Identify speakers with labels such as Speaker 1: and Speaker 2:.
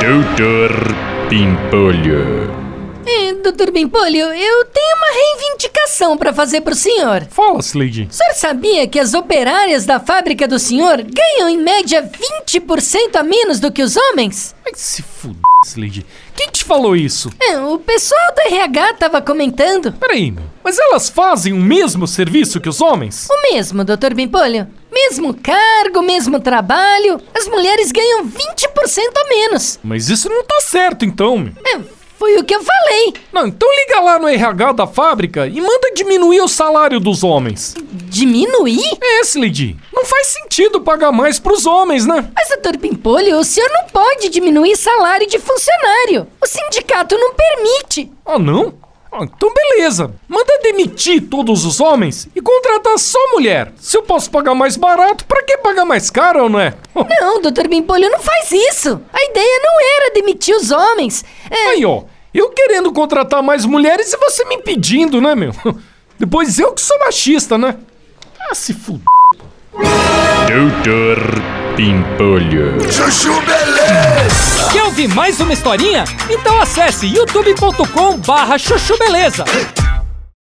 Speaker 1: Doutor Pimpolho.
Speaker 2: É, doutor Bimpolho, eu tenho uma reivindicação pra fazer pro senhor.
Speaker 3: Fala, Slade.
Speaker 2: O senhor sabia que as operárias da fábrica do senhor ganham em média 20% a menos do que os homens?
Speaker 3: Vai é se fuder, Slade. Quem te falou isso?
Speaker 2: É, o pessoal do RH tava comentando.
Speaker 3: Peraí, meu. Mas elas fazem o mesmo serviço que os homens?
Speaker 2: O mesmo, doutor Bimpolho. Mesmo cargo, mesmo trabalho, as mulheres ganham 20% a menos.
Speaker 3: Mas isso não tá certo, então, meu.
Speaker 2: É, foi o que eu falei.
Speaker 3: Não, então liga lá no RH da fábrica e manda diminuir o salário dos homens.
Speaker 2: Diminuir?
Speaker 3: É, Slade. Não faz sentido pagar mais pros homens, né?
Speaker 2: Mas, doutor Pimpolho, o senhor não pode diminuir salário de funcionário. O sindicato não permite.
Speaker 3: Ah, não? Ah, então beleza. Manda demitir todos os homens e contratar só mulher. Se eu posso pagar mais barato, pra que pagar mais caro, não é?
Speaker 2: Não, doutor Bimpolho, não faz isso. A ideia não era demitir os homens. É,
Speaker 3: Aí, ó. Eu querendo contratar mais mulheres e você me impedindo, né, meu? Depois eu que sou machista, né? Ah, se fuder.
Speaker 1: Doutor Pimpolho.
Speaker 4: Chuchu Beleza!
Speaker 5: Quer ouvir mais uma historinha? Então acesse youtube.com barra chuchu beleza.